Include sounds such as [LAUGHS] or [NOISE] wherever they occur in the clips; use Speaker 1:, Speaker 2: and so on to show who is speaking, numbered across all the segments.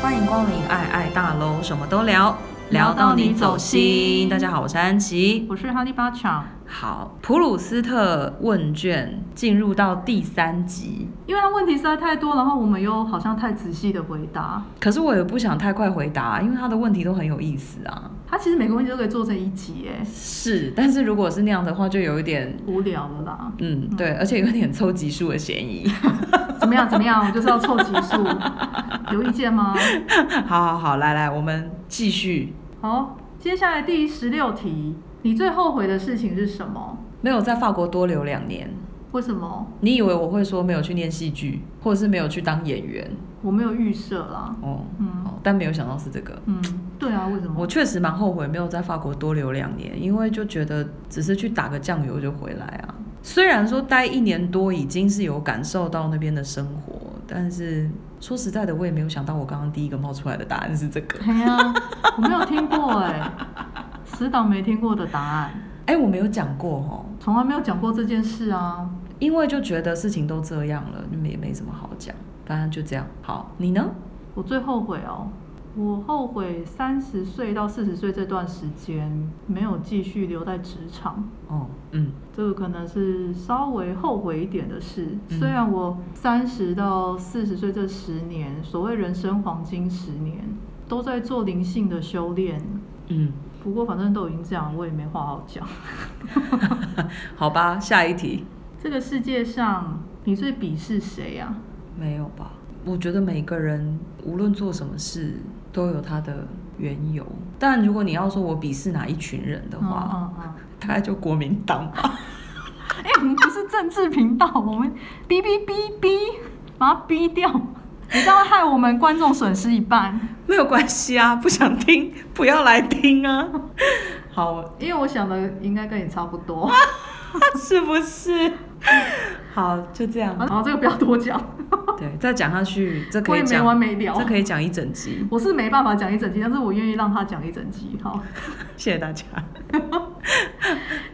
Speaker 1: 欢迎光临爱爱大楼，什么都聊，
Speaker 2: 聊
Speaker 1: 聊到
Speaker 2: 到
Speaker 1: 你
Speaker 2: 你
Speaker 1: 走
Speaker 2: 走
Speaker 1: 心。
Speaker 2: 心
Speaker 1: 大家好，我是安琪。
Speaker 2: 我是哈利巴强，
Speaker 1: 好，普鲁斯特问卷进入到第三集，
Speaker 2: 因为他问题实在太多，然后我们又好像太仔细的回答。
Speaker 1: 可是我也不想太快回答，因为他的问题都很有意思啊。
Speaker 2: 他其实每个问题都可以做成一集，哎，
Speaker 1: 是，但是如果是那样的话，就有一点。
Speaker 2: 无聊了 [LAUGHS] 啦。
Speaker 1: 嗯，对，而且有点凑集数的嫌疑。 [LAUGHS]
Speaker 2: 怎么样？怎么样？我就是要凑集数，有意见吗？
Speaker 1: 好好好，来来，我们继续。
Speaker 2: 好，接下来第十六题，你最后悔的事情是什么？
Speaker 1: 没有在法国多留两年，
Speaker 2: 为什么？
Speaker 1: 你以为我会说没有去念戏剧，或者是没有去当演员？
Speaker 2: 我没有预设啦。
Speaker 1: 哦，
Speaker 2: 嗯
Speaker 1: 哦但没有想到是这个。
Speaker 2: 嗯，对啊，为什么
Speaker 1: 我？确实蛮后悔没有在法国多留两年，因为就觉得只是去打个酱油就回来啊。虽然说待一年多已经是有感受到那边的生活，但是说实在的，我也没有想到我刚刚第一个冒出来的答案是这个。
Speaker 2: 嘿啊，我没有听过哎、死党没听过的答案，
Speaker 1: 哎、我没有讲过哦，
Speaker 2: 从来没有讲过这件事啊。
Speaker 1: 因为就觉得事情都这样了，你们也没什么好讲，反正就这样。好，你呢？
Speaker 2: 我最后悔哦，我后悔三十岁到四十岁这段时间没有继续留在职场，
Speaker 1: 哦，嗯，
Speaker 2: 这个可能是稍微后悔一点的事。
Speaker 1: 嗯
Speaker 2: 虽然我三十到四十岁这十年，所谓人生黄金十年，都在做灵性的修炼。
Speaker 1: 嗯， [LAUGHS]
Speaker 2: 不过反正都已经这样，我也没话好讲。 [LAUGHS]
Speaker 1: 好吧，下一题。
Speaker 2: 这个世界上，你最鄙视谁啊呀、
Speaker 1: 没有吧？我觉得每个人无论做什么事都有他的缘由。但如果你要说我鄙视哪一群人的
Speaker 2: 啊？
Speaker 1: 话，
Speaker 2: 嗯嗯
Speaker 1: 大概就国民党吧。 [LAUGHS]
Speaker 2: 嗯哎、我们不是政治频道，我们哔哔哔哔，把它逼掉，你这样害我们观众损失一半。
Speaker 1: 没有关系啊，不想听不要来听啊。好，
Speaker 2: 因为我想的应该跟你差不多，
Speaker 1: 是不是？好，就这样。
Speaker 2: 然后这个不要多讲，
Speaker 1: 对，再讲下去，这可
Speaker 2: 我
Speaker 1: 以
Speaker 2: 也没
Speaker 1: 讲
Speaker 2: 完没了
Speaker 1: 这。可以讲一整集。
Speaker 2: 我是没办法讲一整集，但是我愿意让他讲一整集。好，
Speaker 1: 谢谢大家。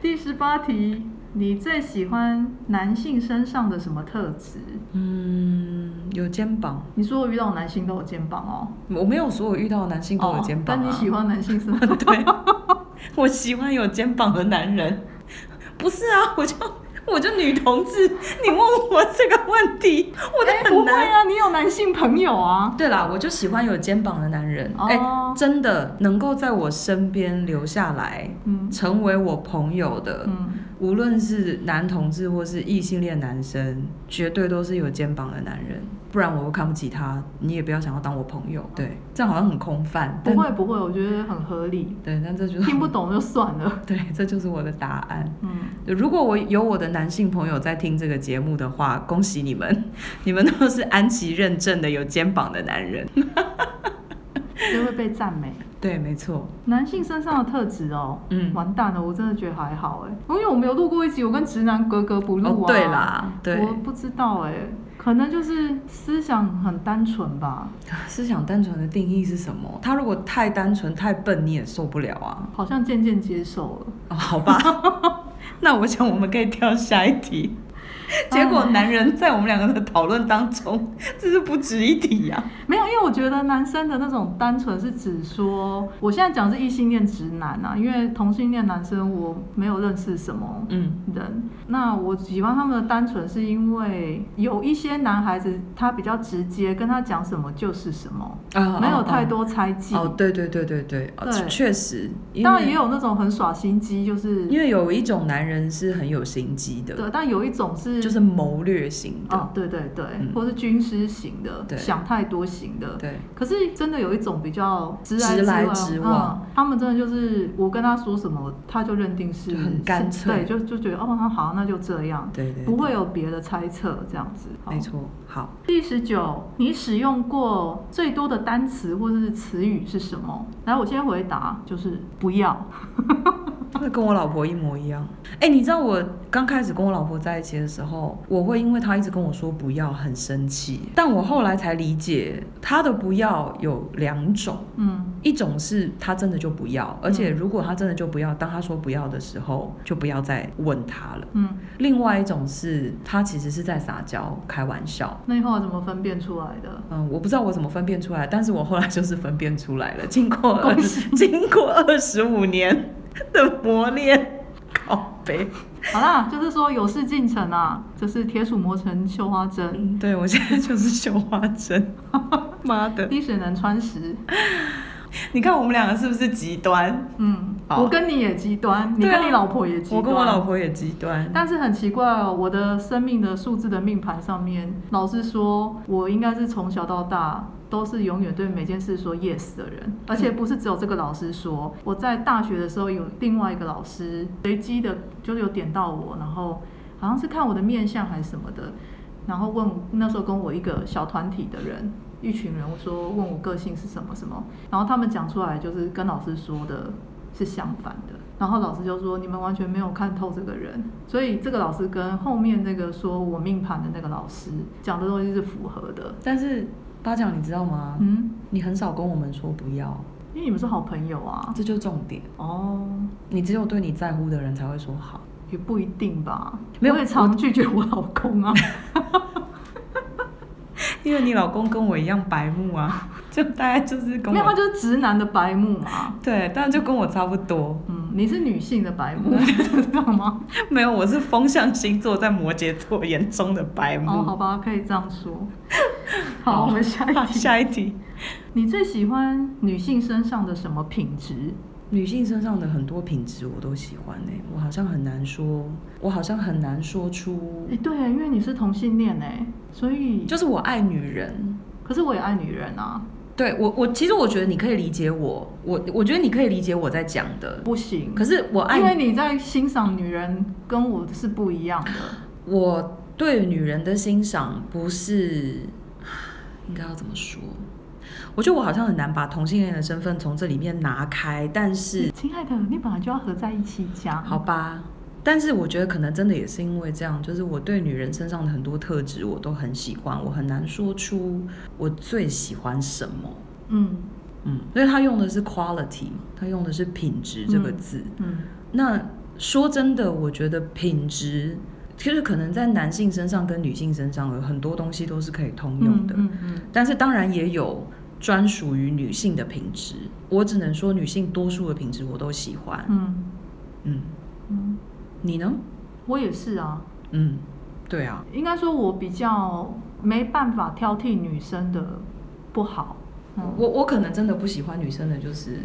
Speaker 2: 第十八题，你最喜欢男性身上的什么特质？
Speaker 1: 嗯，有肩膀，
Speaker 2: 你说我遇到男性都有肩膀哦，
Speaker 1: 我没有所有遇到的男性都有肩膀、啊
Speaker 2: 哦但你喜欢男
Speaker 1: [LAUGHS]
Speaker 2: 性身上
Speaker 1: 对，我喜欢有肩膀的男人。不是啊，我就我就女同志，你问我这个问题，我都
Speaker 2: 哎不
Speaker 1: 很
Speaker 2: 会
Speaker 1: 难。 [LAUGHS]
Speaker 2: 啊，你有男性朋友啊。
Speaker 1: 对啦，我就喜欢有肩膀的男人。哎、
Speaker 2: 哦
Speaker 1: 真的能够在我身边留下来，
Speaker 2: 嗯
Speaker 1: 成为我朋友的，
Speaker 2: 嗯，
Speaker 1: 无论是男同志或是异性恋男生，绝对都是有肩膀的男人。不然我会看不起他，你也不要想要当我朋友。对，这样好像很空泛。
Speaker 2: 哦不
Speaker 1: 但
Speaker 2: 会不会，我觉得很合理，
Speaker 1: 对，但这就是
Speaker 2: 听不懂就算 [LAUGHS] 了。
Speaker 1: [LAUGHS] 对，这就是我的答案。
Speaker 2: 嗯，
Speaker 1: 对如果我有我的男性朋友在听这个节目的话，恭喜你们， [LAUGHS] 你们都是安琪认证的有肩膀的男人。
Speaker 2: 就会被赞美。
Speaker 1: 对，没错。
Speaker 2: 男性身上的特质哦，
Speaker 1: 嗯
Speaker 2: 完蛋了，我真的觉得还好哎，因为我们有录过一集，我跟直男格格不入啊，
Speaker 1: 哦，对，啦，对
Speaker 2: 我，不知道哎，可能就是思想很单纯吧，
Speaker 1: 思想单纯的定义是什么？他如果太单纯、太笨，你也受不了啊。
Speaker 2: 好像渐渐接受了。
Speaker 1: 哦、好吧， [LAUGHS] 那我想我们可以跳下一题。结果男人在我们两个的讨论当中，真是不值一提啊呀、
Speaker 2: 没有，因为我觉得男生的那种单纯是指说，我现在讲的是异性恋直男啊，因为同性恋男生我没有认识什么
Speaker 1: 嗯
Speaker 2: 人。那我喜欢他们的单纯，是因为有一些男孩子他比较直接，跟他讲什么就是什么，
Speaker 1: 啊
Speaker 2: 没有太
Speaker 1: 多。
Speaker 2: 多猜忌。
Speaker 1: 哦，对对对对对，哦
Speaker 2: 对
Speaker 1: 确实，因
Speaker 2: 当然
Speaker 1: 为
Speaker 2: 也有那种很耍心机，就是
Speaker 1: 因为有一种男人是很有心机的，
Speaker 2: 对，但有一种是
Speaker 1: 就是谋略型的，
Speaker 2: 哦，对对对，
Speaker 1: 嗯
Speaker 2: 或是军师型的，
Speaker 1: 对
Speaker 2: 想太多型的，
Speaker 1: 对，
Speaker 2: 可是真的有一种比较直来
Speaker 1: 直来
Speaker 2: 往，
Speaker 1: 直往
Speaker 2: 嗯，他们真的就是我跟他说什么，他就认定是
Speaker 1: 就很干脆
Speaker 2: 对，就就觉得哦，那好，那就这样，
Speaker 1: 对对
Speaker 2: 不会有别的猜测，这样子。好
Speaker 1: 没。错。好，
Speaker 2: 第十九，你使用过最多的单词或者是词语是什么？来，我先回答，就是不要。
Speaker 1: 那跟我老婆一模一样。哎、你知道我刚开始跟我老婆在一起的时候，我会因为她一直跟我说不要很生气，但我后来才理解她的不要有两种，
Speaker 2: 嗯
Speaker 1: 一种是她真的就不要，而且如果她真的就不要，当她说不要的时候，就不要再问她了。
Speaker 2: 嗯，
Speaker 1: 另外一种是她其实是在撒娇开玩笑，
Speaker 2: 那你后来怎么分辨出来的？
Speaker 1: 嗯，我不知道我怎么分辨出来，但是我后来就是分辨出来了。经过二
Speaker 2: 恭
Speaker 1: 经过二十五年的磨练，靠背。
Speaker 2: 好啦， [LAUGHS] 就是说有事进城啊，就是铁杵磨成绣花针，
Speaker 1: 嗯，对我现在就是绣花
Speaker 2: [LAUGHS]
Speaker 1: 针。妈的！
Speaker 2: 滴水能穿石。
Speaker 1: 你看我们两个是不是极端？
Speaker 2: 嗯，
Speaker 1: 好
Speaker 2: 我跟你也极端，你
Speaker 1: 对啊
Speaker 2: 跟你老婆也极端，
Speaker 1: 我跟我老。婆也极端。
Speaker 2: 但是很奇怪哦，我的生命的数字的命盘上面，老实说，我应该是从小到大都是永远对每件事说 yes 的人，而且不是只有这个老师说，我在大学的时候有另外一个老师随机的，就是有点到我，然后好像是看我的面相还是什么的，然后问那时候跟我一个小团体的人。一群人我说问我个性是什么什么，然后他们讲出来就是跟老师说的是相反的。然后老师就说：“你们完全没有看透这个人。”所以这个老师跟后面那个说我命盘的那个老师讲的东西是符合的。
Speaker 1: 但是八奖，你知道吗？
Speaker 2: 嗯，
Speaker 1: 你很少跟我们说不要，
Speaker 2: 因为你们是好朋友啊。
Speaker 1: 这就重点。
Speaker 2: 哦，
Speaker 1: 你只有对你在乎的人才会说好。
Speaker 2: 也不一定吧。
Speaker 1: 没有
Speaker 2: 我也常拒绝我老公
Speaker 1: [LAUGHS]
Speaker 2: 啊。
Speaker 1: 因为你老公跟我一样白目啊，就大概就是跟
Speaker 2: 没有，他
Speaker 1: 我
Speaker 2: 就是直男的白目嘛。
Speaker 1: 对，但就跟我差不多。
Speaker 2: 嗯，你是女性的白目， [LAUGHS] 知道吗？
Speaker 1: [LAUGHS] 没有，我是风象星座在摩羯座眼中的白目。
Speaker 2: 哦，好吧，可以这样
Speaker 1: [LAUGHS]
Speaker 2: 说。好，我们下一题。
Speaker 1: 下一题，
Speaker 2: 你最喜欢女性身上的什么品质？
Speaker 1: 女性身上的很多品质我都喜欢呢、我好像很难说，我好像很难说出
Speaker 2: 哎、，对，因为你是同性恋哎，所以
Speaker 1: 就是我爱女人。
Speaker 2: 可是我也爱女人啊，
Speaker 1: 对我，我其实我觉得你可以理解我，我我觉得你可以理解我在讲的，
Speaker 2: 不行，
Speaker 1: 可是我
Speaker 2: 因为
Speaker 1: 爱
Speaker 2: 你在欣赏女人跟我是不一样的。
Speaker 1: 我对女人的欣赏不是应该要怎么说？我觉得我好像很难把同性恋的身份从这里面拿开，但是
Speaker 2: 亲爱的，你本来就要合在一起讲。
Speaker 1: 好，吧，但是我觉得可能真的也是因为这样，就是我对女人身上的很多特质我都很喜欢，我很难说出我最喜欢什么。
Speaker 2: 嗯
Speaker 1: 嗯，所以他用的是 quality，嘛，他用的是品质这个
Speaker 2: 嗯
Speaker 1: 字。
Speaker 2: 嗯
Speaker 1: 那说真的，我觉得品质其实可能在男性身上跟女性身上有很多东西都是可以通用的，
Speaker 2: 嗯嗯
Speaker 1: 但是当然也有。专属于女性的品质，我只能说女性多数的品质我都喜欢。
Speaker 2: 嗯
Speaker 1: 嗯，
Speaker 2: 嗯，
Speaker 1: 你呢？
Speaker 2: 我也是啊，
Speaker 1: 嗯，对啊，
Speaker 2: 应该说我比较没办法挑剔女生的不好。嗯，
Speaker 1: 我我可能真的不喜欢女生的，就是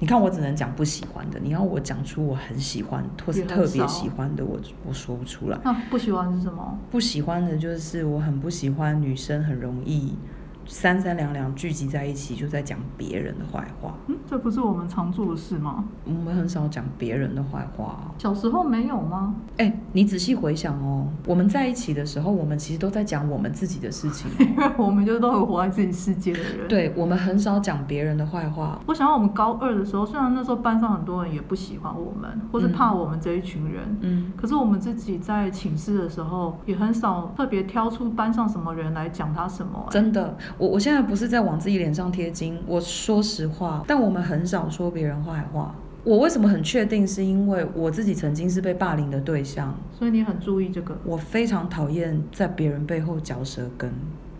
Speaker 1: 你看我只能讲不喜欢的，你要我讲出我很喜欢或是
Speaker 2: 也很
Speaker 1: 特别
Speaker 2: 少
Speaker 1: 喜欢的，我我说不出来。
Speaker 2: 那不喜欢是什么？
Speaker 1: 不喜欢的就是我很不喜欢女生很容易三三两两聚集在一起就在讲别人的坏话。
Speaker 2: 嗯，这不是我们常做的事吗？
Speaker 1: 我们很少讲别人的坏话啊、
Speaker 2: 小时候没有吗？ [LAUGHS]
Speaker 1: 哎、你仔细回想哦，我们在一起的时候，我们其实都在讲我们自己的事 [LAUGHS] 情哦、
Speaker 2: 因为我们就都有活在自己世界的人。
Speaker 1: 对，我们很少讲别人的坏话。
Speaker 2: 我想到我们高二的时候，虽然那时候班上很多人也不喜欢我们，或是怕我们这一群人，
Speaker 1: 嗯，
Speaker 2: 可是我们自己在寝室的时候，也很少特别挑出班上什么人来讲他什么、欸。
Speaker 1: 真的，我我现在不是在往自己脸上贴金，我说实话，但我们很少说别人坏话。我为什么很确定？是因为我自己曾经是被霸凌的对象，
Speaker 2: 所以你很注意这个，
Speaker 1: 我非常讨厌在别人背后嚼舌根。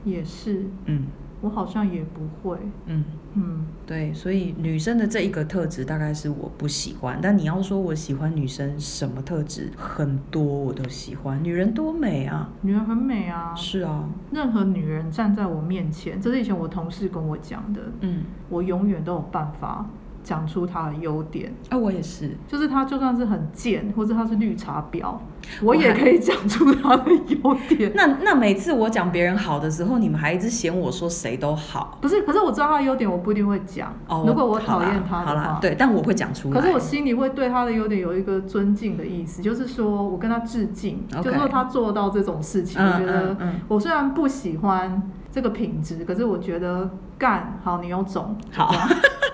Speaker 2: 也是，
Speaker 1: 嗯
Speaker 2: 我好像也不会，
Speaker 1: 嗯，
Speaker 2: 嗯，
Speaker 1: 对，所以女生的这一个特质大概是我不喜欢。但你要说我喜欢女生什么特质，很多我都喜欢。女人多美啊！
Speaker 2: 女人很美啊。
Speaker 1: 是啊，
Speaker 2: 任何女人站在我面前，这是以前我同事跟我讲的，
Speaker 1: 嗯，
Speaker 2: 我永远都有办法讲出她的优点。
Speaker 1: 啊，我也是。
Speaker 2: 就是他就算是很贱，或者他是绿茶婊，
Speaker 1: 我
Speaker 2: 我也
Speaker 1: 还
Speaker 2: 可以讲出他的优点。
Speaker 1: 那那每次我讲别人好的时候，你们还一直嫌我说谁都好。
Speaker 2: 不是，可是我知道他的优点，我不一定会讲。
Speaker 1: 哦，
Speaker 2: 如果我
Speaker 1: 好
Speaker 2: 讨
Speaker 1: 啦
Speaker 2: 厌他
Speaker 1: 好
Speaker 2: 的
Speaker 1: 啦
Speaker 2: 话，，。
Speaker 1: 对，但我会讲出来。
Speaker 2: 可是我心里会对他的优点有一个尊敬的意思，就是说我跟他致敬
Speaker 1: OK
Speaker 2: 就是说他做到这种事情，
Speaker 1: 嗯
Speaker 2: 我觉
Speaker 1: 嗯
Speaker 2: 得
Speaker 1: 嗯
Speaker 2: 我虽然不喜欢这个品质，可是我觉得干好，你有种。
Speaker 1: [LAUGHS] 好，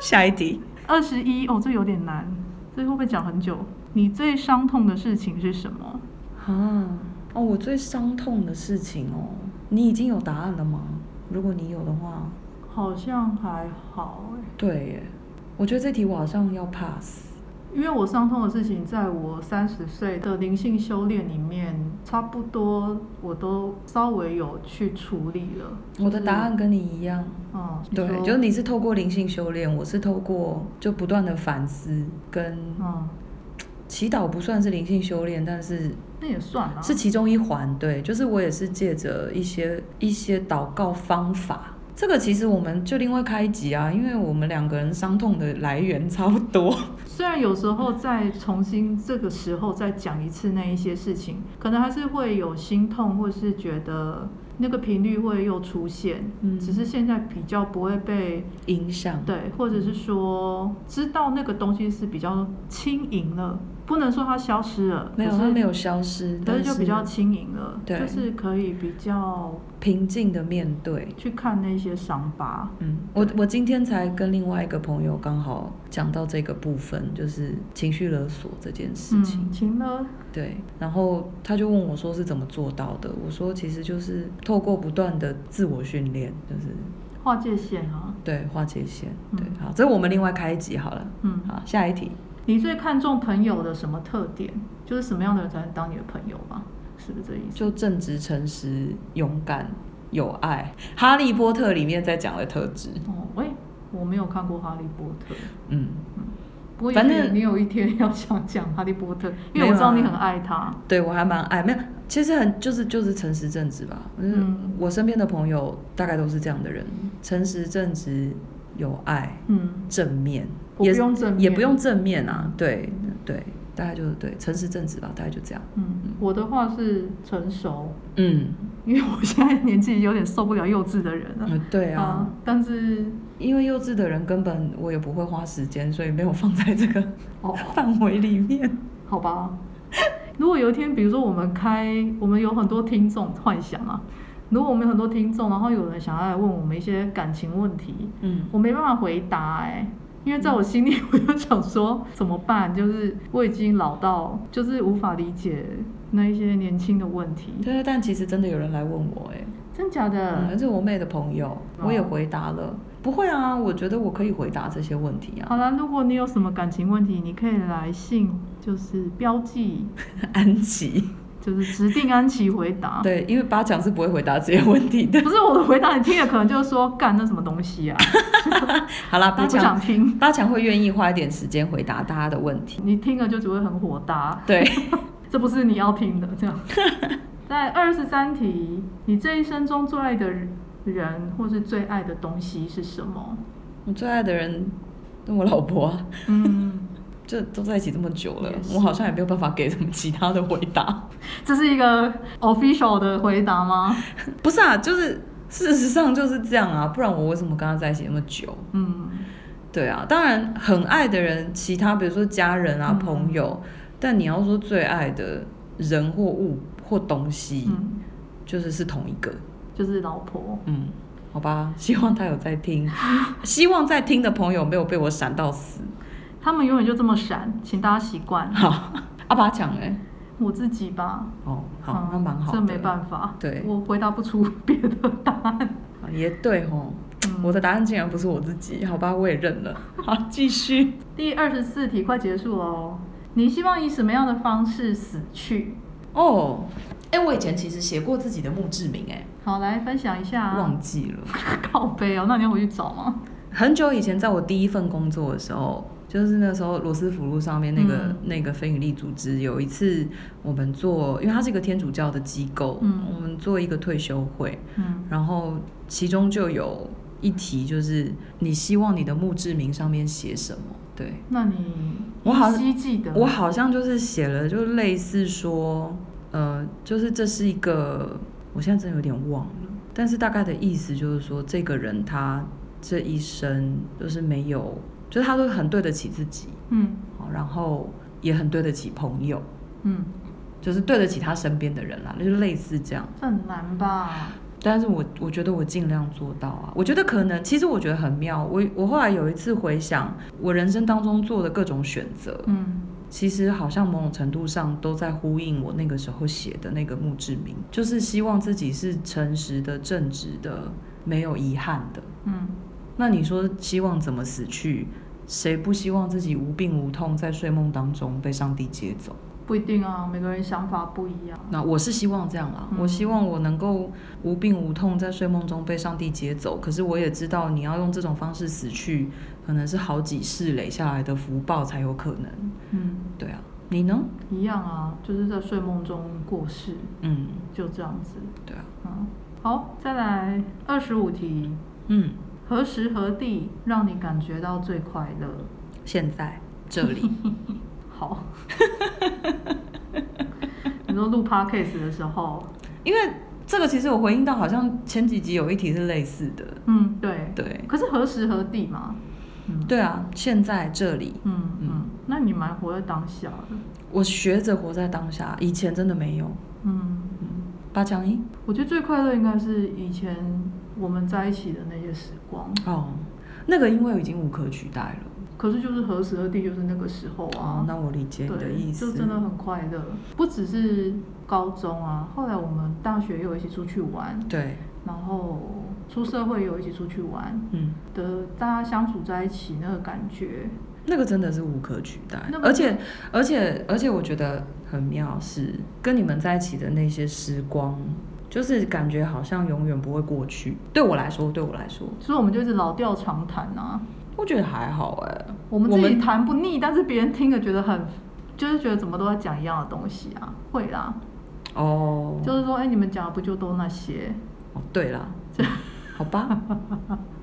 Speaker 1: 下一题，
Speaker 2: 二十一哦，这有点难。这会不会讲很久？你最伤痛的事情是什么？
Speaker 1: 啊，哦，我最伤痛的事情哦，你已经有答案了吗？如果你有的话，
Speaker 2: 好像还好哎，
Speaker 1: 对耶，我觉得这题我好像要 pass。
Speaker 2: 因为我伤痛的事情，在我三十岁的灵性修炼里面，差不多我都稍微有去处理了。
Speaker 1: 我的
Speaker 2: 就是
Speaker 1: 答案，跟你一样，
Speaker 2: 嗯，你
Speaker 1: 对，
Speaker 2: 说
Speaker 1: 就是，你是透过灵性修炼，我是透过就不断的反思跟
Speaker 2: 嗯，
Speaker 1: 祈祷，不算是灵性修炼，但是
Speaker 2: 那也算啊，
Speaker 1: 是其中一环。对，就是我也是借着一些一些祷告方法。这个其实我们就另外开一集啊，因为我们两个人伤痛的来源差不多。
Speaker 2: 虽然有时候再重新这个时候再讲一次那一些事情，可能还是会有心痛，或是觉得那个频率会又出现，
Speaker 1: 嗯
Speaker 2: 只是现在比较不会被
Speaker 1: 影响，
Speaker 2: 对，或者是说知道那个东西是比较轻盈了，不能说它消失了，
Speaker 1: 没有，
Speaker 2: 可
Speaker 1: 它
Speaker 2: 是
Speaker 1: 没有消失，
Speaker 2: 可
Speaker 1: 但
Speaker 2: 是就比较轻盈了，
Speaker 1: 对
Speaker 2: 就是可以比较
Speaker 1: 平静的面对。
Speaker 2: 去看那些伤疤，
Speaker 1: 嗯，我
Speaker 2: 对
Speaker 1: 我今天才跟另外一个朋友刚好讲到这个部分，就是情绪勒索这件事情。
Speaker 2: 嗯，情了，
Speaker 1: 对，然后他就问我说是怎么做到的，我说其实就是透过不断的自我训练，就是
Speaker 2: 划界线啊，
Speaker 1: 对划界限。
Speaker 2: 嗯
Speaker 1: 对，好，这我们另外开一集好了。
Speaker 2: 嗯。
Speaker 1: 好，下一题。
Speaker 2: 你最看重朋友的什么特点？就是什么样的人才能当你的朋友吧？是不是这意思？
Speaker 1: 就正直、诚实、勇敢、有爱，《哈利波特》里面在讲的特质。
Speaker 2: 哦，喂、我没有看过《哈利波特》，
Speaker 1: 嗯，
Speaker 2: 不过也
Speaker 1: 反
Speaker 2: 许
Speaker 1: 正
Speaker 2: 你有一天要想讲《哈利波特》，
Speaker 1: 没
Speaker 2: 因为
Speaker 1: 有
Speaker 2: 我知道
Speaker 1: 啊
Speaker 2: 你很爱他。
Speaker 1: 对我还蛮爱，没有，其实很就是就是诚实正直吧。嗯
Speaker 2: 嗯，
Speaker 1: 我身边的朋友大概都是这样的人，诚实正直、有爱、
Speaker 2: 嗯，
Speaker 1: 正面，
Speaker 2: 我
Speaker 1: 也
Speaker 2: 不用正面
Speaker 1: 也不用正面啊。对对，大概就是对诚实正直吧，大概就这样。
Speaker 2: 嗯，我的话是成熟，
Speaker 1: 嗯，
Speaker 2: 因为我现在年纪有点受不了幼稚的人了。
Speaker 1: 呃对啊，
Speaker 2: 但是
Speaker 1: 因为幼稚的人根本我也不会花时间，所以没有放在这个 [LAUGHS]
Speaker 2: 哦，
Speaker 1: 范围里面。
Speaker 2: 好吧。如果有一天，比如说我们开，我们有很多听众幻想啊，如果我们有很多听众，然后有人想要来问我们一些感情问题，
Speaker 1: 嗯，
Speaker 2: 我没办法回答哎、因为在我心里，我就想说怎么办？就是我已经老到，就是无法理解那一些年轻的问题，
Speaker 1: 对，但其实真的有人来问我、欸，
Speaker 2: 真假
Speaker 1: 嗯，而
Speaker 2: 的？
Speaker 1: 且我妹的朋友，我也回答了。不会啊，我觉得我可以回答这些问题啊。
Speaker 2: 好啦，如果你有什么感情问题，你可以来信，就是标记，
Speaker 1: [LAUGHS] 安琪，
Speaker 2: 就是指定安琪回答。
Speaker 1: [LAUGHS] 对，因为八强是不会回答这些问题 [LAUGHS] 的。
Speaker 2: 不是我的回答，你听了可能就是说干那什么东西
Speaker 1: [LAUGHS]
Speaker 2: 啊，
Speaker 1: 好啦，
Speaker 2: 我
Speaker 1: 八
Speaker 2: 不想
Speaker 1: 强，
Speaker 2: 听。
Speaker 1: 八强会愿意花一点时间回答大家的问题。
Speaker 2: 你听了就只会很火大，
Speaker 1: 对，
Speaker 2: 这不是你要听的。这样， [LAUGHS] 在二十三题，你这一生中最爱的人或是最爱的东西是什么？
Speaker 1: 我最爱的人，那我老婆、啊，
Speaker 2: 嗯， [LAUGHS]
Speaker 1: 就都在一起这么久了
Speaker 2: 也，是
Speaker 1: 我好像也没有办法给什么其他的回答。
Speaker 2: 这是一个 official 的回答吗？
Speaker 1: 不是啊，就是事实上就是这样啊，不然我为什么跟他在一起那么久？
Speaker 2: 嗯，
Speaker 1: 对啊，当然很爱的人，其他比如说家人啊、
Speaker 2: 嗯
Speaker 1: 朋友，但你要说最爱的人或物或东西，
Speaker 2: 嗯，
Speaker 1: 就是是同一个。
Speaker 2: 就是老婆。
Speaker 1: 嗯，好吧， [LAUGHS] 希望他有在听， [LAUGHS] 希望在听的朋友没有被我闪到死。
Speaker 2: 他们永远就这么闪，请大家习惯。
Speaker 1: 好， [LAUGHS] 阿爸讲哎、
Speaker 2: 我自己吧，
Speaker 1: 哦，好
Speaker 2: 嗯，
Speaker 1: 那蛮好的，
Speaker 2: 这没办法，
Speaker 1: 对
Speaker 2: 我回答不出别的答案。
Speaker 1: 法，也对吼。
Speaker 2: 嗯
Speaker 1: 我的答案竟然不是我自己，好吧，我也认了。好，继续。
Speaker 2: 第二十四题快结束喽，你希望以什么样的方式死去？
Speaker 1: 哦，哎、我以前其实写过自己的墓志铭、
Speaker 2: 好，来分享一
Speaker 1: 哎、
Speaker 2: 下啊。
Speaker 1: 忘记了。
Speaker 2: 靠背哦，那你要回去找吗？
Speaker 1: 很久以前，在我第一份工作的时候，就是那时候罗斯福路上面那个、
Speaker 2: 嗯
Speaker 1: 那个非营利组织，有一次我们做，因为它是一个天主教的机构，
Speaker 2: 嗯
Speaker 1: 我们做一个退休会，
Speaker 2: 嗯
Speaker 1: 然后其中就有一题就是你希望你的墓志铭上面写什么？对，
Speaker 2: 那你
Speaker 1: 我好
Speaker 2: 依稀记得，
Speaker 1: 我好像就是写了，就类似说，呃，就是这是一个，我现在真的有点忘了，但是大概的意思就是说，这个人他这一生就是没有，就是他都很对得起自己，
Speaker 2: 嗯
Speaker 1: 哦然后也很对得起朋友，
Speaker 2: 嗯，
Speaker 1: 就是对得起他身边的人啦，就是类似这样。
Speaker 2: 这很难吧？
Speaker 1: 但是我我觉得我尽量做到啊。我觉得可能，其实我觉得很妙。我我后来有一次回想我人生当中做的各种选择，
Speaker 2: 嗯
Speaker 1: 其实好像某种程度上都在呼应我那个时候写的那个墓志铭，就是希望自己是诚实的、正直的、没有遗憾的。
Speaker 2: 嗯
Speaker 1: 那你说希望怎么死去？谁不希望自己无病无痛，在睡梦当中被上帝接走？
Speaker 2: 不一定啊，每个人想法不一样。
Speaker 1: 那我是希望这样啦，
Speaker 2: 嗯
Speaker 1: 我希望我能够无病无痛，在睡梦中被上帝接走。可是我也知道，你要用这种方式死去，可能是好几世累下来的福报才有可能。
Speaker 2: 嗯，
Speaker 1: 对啊，你呢？
Speaker 2: 一样啊，就是在睡梦中过世，
Speaker 1: 嗯，
Speaker 2: 就这样子。
Speaker 1: 对啊，
Speaker 2: 嗯，好，再来二十五题，
Speaker 1: 嗯，
Speaker 2: 何时何地让你感觉到最快乐？
Speaker 1: 现在这
Speaker 2: [LAUGHS]
Speaker 1: 里， [LAUGHS]
Speaker 2: 好，你说录 podcast 的时候，
Speaker 1: 因为这个其实我回应到，好像前几集有一题是类似的。
Speaker 2: 嗯，对，
Speaker 1: 对，
Speaker 2: 可是何时何地嘛，嗯，，
Speaker 1: 对啊，现在这里，
Speaker 2: 嗯
Speaker 1: 嗯
Speaker 2: 嗯，那你蛮活在当下的，
Speaker 1: 我学着活在当下，以前真的没有。
Speaker 2: 嗯，
Speaker 1: 嗯，八强一
Speaker 2: 我觉得最快乐应该是以前我们在一起的那些时光，
Speaker 1: 哦，那个因为已经无可取代了。
Speaker 2: 可是就是何时何地就是那个时候啊
Speaker 1: 哦，，那我理解你的
Speaker 2: 对，
Speaker 1: 意思。
Speaker 2: 就真的很快乐，不只是高中啊，后来我们大学又一起出去玩，
Speaker 1: 对，
Speaker 2: 然后出社会又一起出去玩，
Speaker 1: 嗯，
Speaker 2: 的大家相处在一起那个感觉，
Speaker 1: 那个真的是无可取代
Speaker 2: 那，个
Speaker 1: 而且而且而且我觉得很妙是跟你们在一起的那些时光，就是感觉好像永远不会过去。对我来说，对我来说，
Speaker 2: 所以我们就一直老调常谈啊。
Speaker 1: 我觉得还好哎、
Speaker 2: 我们自己谈不腻，但是别人听了觉得很，就是觉得怎么都在讲一样的东西啊，会啦，
Speaker 1: 哦，
Speaker 2: 就是说，哎、你们讲的不就都那些？
Speaker 1: 哦对
Speaker 2: [LAUGHS]
Speaker 1: 啦，好吧，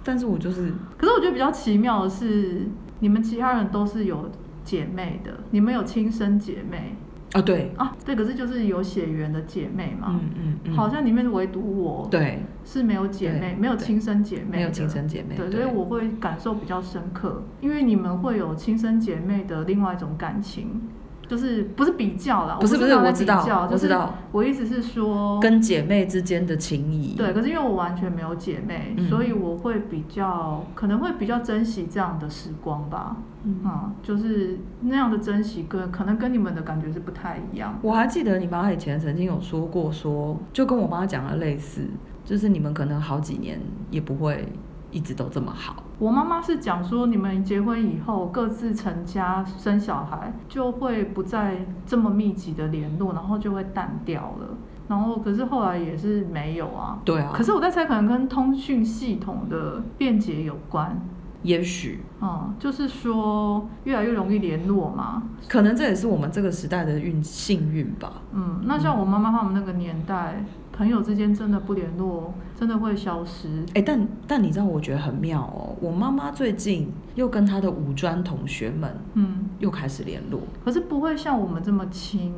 Speaker 1: 但是我就是
Speaker 2: 可是我觉得比较奇妙的是，你们其他人都是有姐妹的，你们有亲生姐妹
Speaker 1: 哦对，
Speaker 2: 啊，对，可是就是有血缘的姐妹嘛，
Speaker 1: 嗯嗯嗯，
Speaker 2: 啊好像里面唯独我
Speaker 1: 对，
Speaker 2: 是没有姐妹，
Speaker 1: 对
Speaker 2: 没有亲生姐妹的，
Speaker 1: 没有亲生姐妹，
Speaker 2: 对，所以我会感受比较深刻，因为你们会有亲生姐妹的另外一种感情，就是不是比较啦，
Speaker 1: 不是
Speaker 2: 我
Speaker 1: 不
Speaker 2: 不
Speaker 1: 是，
Speaker 2: 拿来
Speaker 1: 我知道
Speaker 2: 比较，
Speaker 1: 我
Speaker 2: 就
Speaker 1: 知
Speaker 2: 是
Speaker 1: 道，
Speaker 2: 我意思是说，
Speaker 1: 跟姐妹之间的情谊，
Speaker 2: 对，可是因为我完全没有姐妹，
Speaker 1: 嗯
Speaker 2: 所以我会比较可能会比较珍惜这样的时光吧，
Speaker 1: 嗯
Speaker 2: 嗯，就是那样的珍惜跟可能跟你们的感觉是不太一样，
Speaker 1: 我还记得你妈以前曾经有说过说就跟我妈讲的类似，就是你们可能好几年也不会一直都这么好。
Speaker 2: 我妈妈是讲说，你们结婚以后各自成家生小孩，就会不再这么密集的联络，然后就会淡掉了。然后可是后来也是没有啊。
Speaker 1: 对啊，
Speaker 2: 可是我在猜，可能跟通讯系统的便捷有关。
Speaker 1: 也许
Speaker 2: 嗯，就是说越来越容易联络嘛。
Speaker 1: 可能这也是我们这个时代的运幸运吧。
Speaker 2: 嗯，那像我妈妈他们那个年代，朋友之间真的不联络，真的会消失。
Speaker 1: 哎、但但你知道，我觉得很妙哦。我妈妈最近又跟她的五专同学们
Speaker 2: 嗯，
Speaker 1: 又开始联络，
Speaker 2: 可是不会像我们这么亲。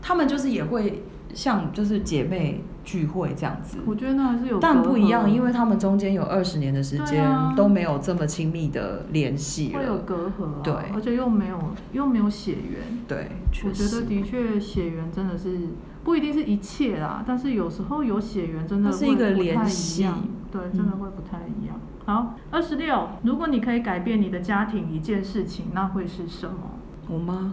Speaker 1: 她们就是也会像就是姐妹聚会这样子，
Speaker 2: 我觉得那还是有，
Speaker 1: 但不一样，因为他们中间有二十年的时
Speaker 2: 对
Speaker 1: 间、
Speaker 2: 啊
Speaker 1: 都没有这么亲密的联系
Speaker 2: 会有
Speaker 1: 了。
Speaker 2: 隔阂、啊，
Speaker 1: 对
Speaker 2: 而且又没有又没有血缘，
Speaker 1: 对，
Speaker 2: 我
Speaker 1: 确
Speaker 2: 觉
Speaker 1: 实
Speaker 2: 得。的确血缘真的是不一定是一切啦，但是有时候有血缘真的
Speaker 1: 它是
Speaker 2: 会
Speaker 1: 一个
Speaker 2: 不太
Speaker 1: 联
Speaker 2: 一
Speaker 1: 系嗯
Speaker 2: 样，对，真的会不太一样。好，二十六，如果你可以改变你的家庭一件事情，那会是什么？
Speaker 1: 我妈，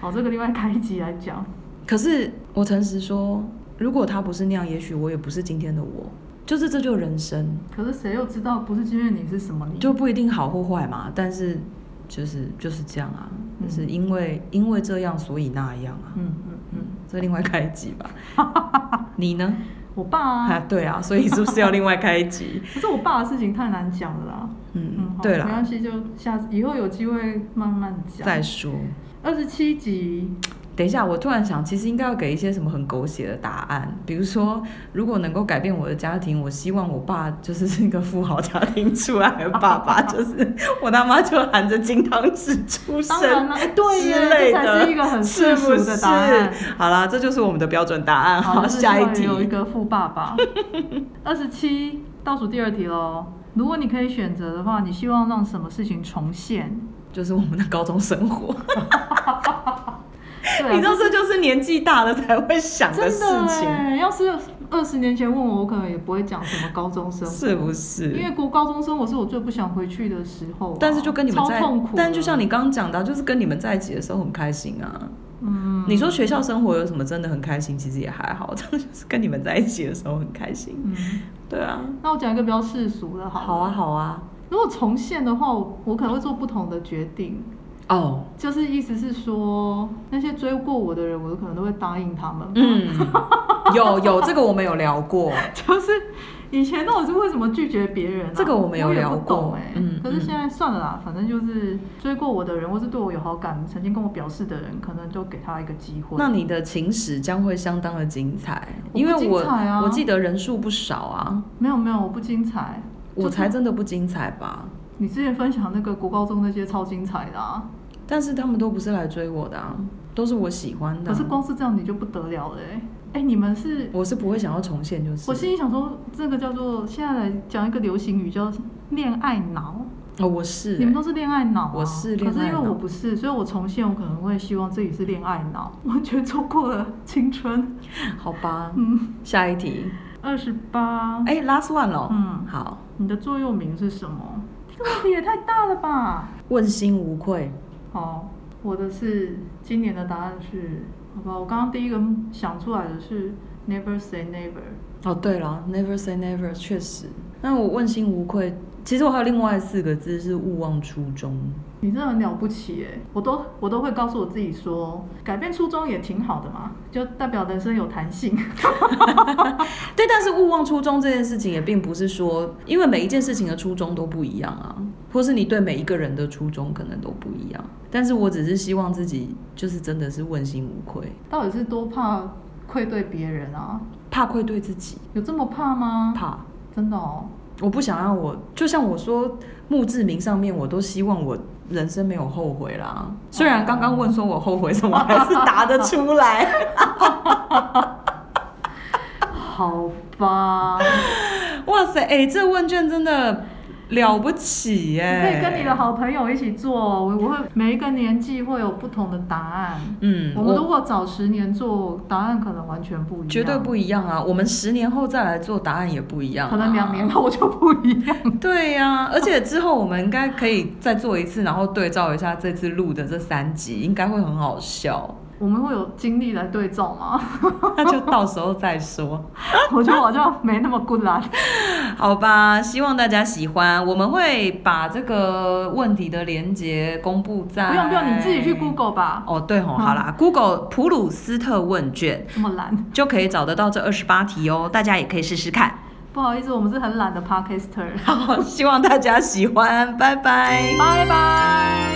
Speaker 2: 好，这个另外开一集来讲。
Speaker 1: 可是我诚实说，如果她不是那样，也许我也不是今天的我。就是这就是人生，
Speaker 2: 可是谁又知道不是今天你是什么你？
Speaker 1: 就不一定好或坏嘛。但是就是就是这样啊，
Speaker 2: 嗯
Speaker 1: 就是因为因为这样，所以那样啊。
Speaker 2: 嗯嗯嗯，
Speaker 1: 这另外开一集吧。 [LAUGHS] 你呢？
Speaker 2: 我爸
Speaker 1: 啊，
Speaker 2: 啊，
Speaker 1: 对啊，所以是不是要另外开一集？
Speaker 2: 可是我爸的事情太难讲了啦。
Speaker 1: [LAUGHS] 嗯
Speaker 2: 嗯，，好
Speaker 1: 对
Speaker 2: 没
Speaker 1: 啦
Speaker 2: 关，系，就下次以后有机会慢慢讲。
Speaker 1: 再说。
Speaker 2: 二十七集，
Speaker 1: 等一下，我突然想，其实应该要给一些什么很狗血的答案，比如说，如果能够改变我的家庭，我希望我爸就是是一个富豪家庭出来的爸爸，就是我他妈就含着金汤匙出生
Speaker 2: 当然了，哎，对
Speaker 1: 之
Speaker 2: 耶，
Speaker 1: 类
Speaker 2: 这
Speaker 1: 的，
Speaker 2: 才是一个很世俗的答
Speaker 1: 是
Speaker 2: 案
Speaker 1: 不。是好啦，这就是我们的标准答案。好，
Speaker 2: 就是
Speaker 1: 下
Speaker 2: 希
Speaker 1: 一
Speaker 2: 望
Speaker 1: 题。
Speaker 2: 有一个富爸
Speaker 1: [LAUGHS]
Speaker 2: 爸。二十七，倒数第二题喽。如果你可以选择的话，你希望让什么事情重现？ [LAUGHS]
Speaker 1: 就是我们的高中生活。
Speaker 2: 对啊
Speaker 1: 你知道这就是年纪大了才会想
Speaker 2: 真
Speaker 1: 事
Speaker 2: 的
Speaker 1: 情，
Speaker 2: 欸要是二十年前问我，我可能也不会讲什么高中生活，
Speaker 1: 是不
Speaker 2: 因
Speaker 1: 是？
Speaker 2: 为国高中生活是我最不想回去的时候啊、
Speaker 1: 但是就跟你们
Speaker 2: 超
Speaker 1: 在
Speaker 2: 痛苦，的，
Speaker 1: 但就像你刚刚讲的啊，就是跟你们在一起的时候很开心啊。
Speaker 2: 嗯，
Speaker 1: 你说学校生活有什么真的很开心？其实也还好， [LAUGHS] 但就是跟你们在一起的时候很开心。
Speaker 2: 嗯，
Speaker 1: 对啊，
Speaker 2: 那我讲一个比较世俗的好了，
Speaker 1: 好啊，好啊。
Speaker 2: 如果重现的话，我我可能会做不同的决定。
Speaker 1: 哦，
Speaker 2: 就是意思是说，那些追过我的人，我可能都会答应他们。， [LAUGHS]
Speaker 1: 嗯，有有这个我们有聊过，
Speaker 2: 就是以前到底是为什么拒绝别人、啊？
Speaker 1: 这个我们有
Speaker 2: 也
Speaker 1: 聊
Speaker 2: 不
Speaker 1: 过
Speaker 2: 懂哎、
Speaker 1: 嗯
Speaker 2: 可是
Speaker 1: 嗯
Speaker 2: 现在算了啦，反正就是追过我的人，或是对我有好感、曾经跟我表示的人，可能就给他一个机会。
Speaker 1: 那你的情史将会相当的精彩，
Speaker 2: 不
Speaker 1: 因为我
Speaker 2: 精彩啊
Speaker 1: 我记得人数不少啊，
Speaker 2: 没有没有，我不精彩。
Speaker 1: 我才
Speaker 2: 就是
Speaker 1: 真的不精彩吧？
Speaker 2: 你之前分享那个国高中那些超精彩的啊，
Speaker 1: 但是他们都不是来追我的啊，都是我喜欢的
Speaker 2: 可
Speaker 1: 啊、
Speaker 2: 是光是这样你就不得了了哎、哎、你们是
Speaker 1: 我是不会想要重现，就是
Speaker 2: 我心里想说，这个叫做现在来讲一个流行语叫恋爱脑，
Speaker 1: 哦，我是、
Speaker 2: 你们都
Speaker 1: 欸，
Speaker 2: 是恋爱脑、啊，
Speaker 1: 我是
Speaker 2: 可
Speaker 1: 恋
Speaker 2: 是
Speaker 1: 爱
Speaker 2: 因为我
Speaker 1: 脑
Speaker 2: 不是，所以我重现我可能会希望自己是恋爱脑， [LAUGHS] 完全错过了青春。
Speaker 1: 欸好吧，
Speaker 2: 嗯，
Speaker 1: 下一题，
Speaker 2: 二十八，
Speaker 1: 哎、拉 last one 了，
Speaker 2: 嗯
Speaker 1: 好，
Speaker 2: 你的座右铭是什么？这个问题也太大了吧！
Speaker 1: 问心无愧，
Speaker 2: 好，我的是今年的答案是，好吧，我刚刚第一个想出来的是 never say never。
Speaker 1: 哦，对了，Never say never，确实。那我问心无愧。其实我还有另外四个字是勿忘初衷。
Speaker 2: 你真的很了不起哎！我都我都会告诉我自己说，改变初衷也挺好的嘛，就代表人生有弹性。 [LAUGHS]
Speaker 1: 对，但是勿忘初衷这件事情也并不是说，因为每一件事情的初衷都不一样啊，或是你对每一个人的初衷可能都不一样。但是我只是希望自己就是真的是问心无愧，
Speaker 2: 到底是多怕愧对别人啊？
Speaker 1: 怕愧对自己，
Speaker 2: 有这么怕吗？
Speaker 1: 怕。
Speaker 2: 真的哦，
Speaker 1: 我不想让我，就像我说墓志铭上面，我都希望我人生没有后悔啦。虽然刚刚问说我后悔什么，还是答得出来。
Speaker 2: 好
Speaker 1: [LAUGHS]
Speaker 2: 吧，
Speaker 1: 哇塞，哎、这问卷真的了不起耶、
Speaker 2: 你可以跟你的好朋友一起做哦，我我会每一个年纪会有不同的答案。
Speaker 1: 嗯，
Speaker 2: 我们如果早十年做，答案可能完全不一样，
Speaker 1: 绝对不一样啊！我们十年后再来做，答案也不一样、啊
Speaker 2: 可能两年。后就不一样。
Speaker 1: 对呀、而且之后我们应该可以再做一次，然后对照一下这次录的这三集，应该会很好
Speaker 2: [LAUGHS]
Speaker 1: 笑。
Speaker 2: 我们会有精力来对照吗？ [LAUGHS]
Speaker 1: 那就到时候再说。
Speaker 2: 我觉得我好像没那么good 啦。
Speaker 1: 好吧，希望大家喜欢。我们会把这个问题的连接公布在……
Speaker 2: 不用不用，你自己去 Google 吧，
Speaker 1: 哦，对吼，好啦、g o o g l e 普鲁斯特问卷
Speaker 2: 这么懒。
Speaker 1: 就可以找得到这二十八题哦，大家也可以试试看。
Speaker 2: 不好意思，我们是很懒的 Podcaster。
Speaker 1: 好，希望大家喜欢，拜拜。
Speaker 2: [LAUGHS] 拜拜。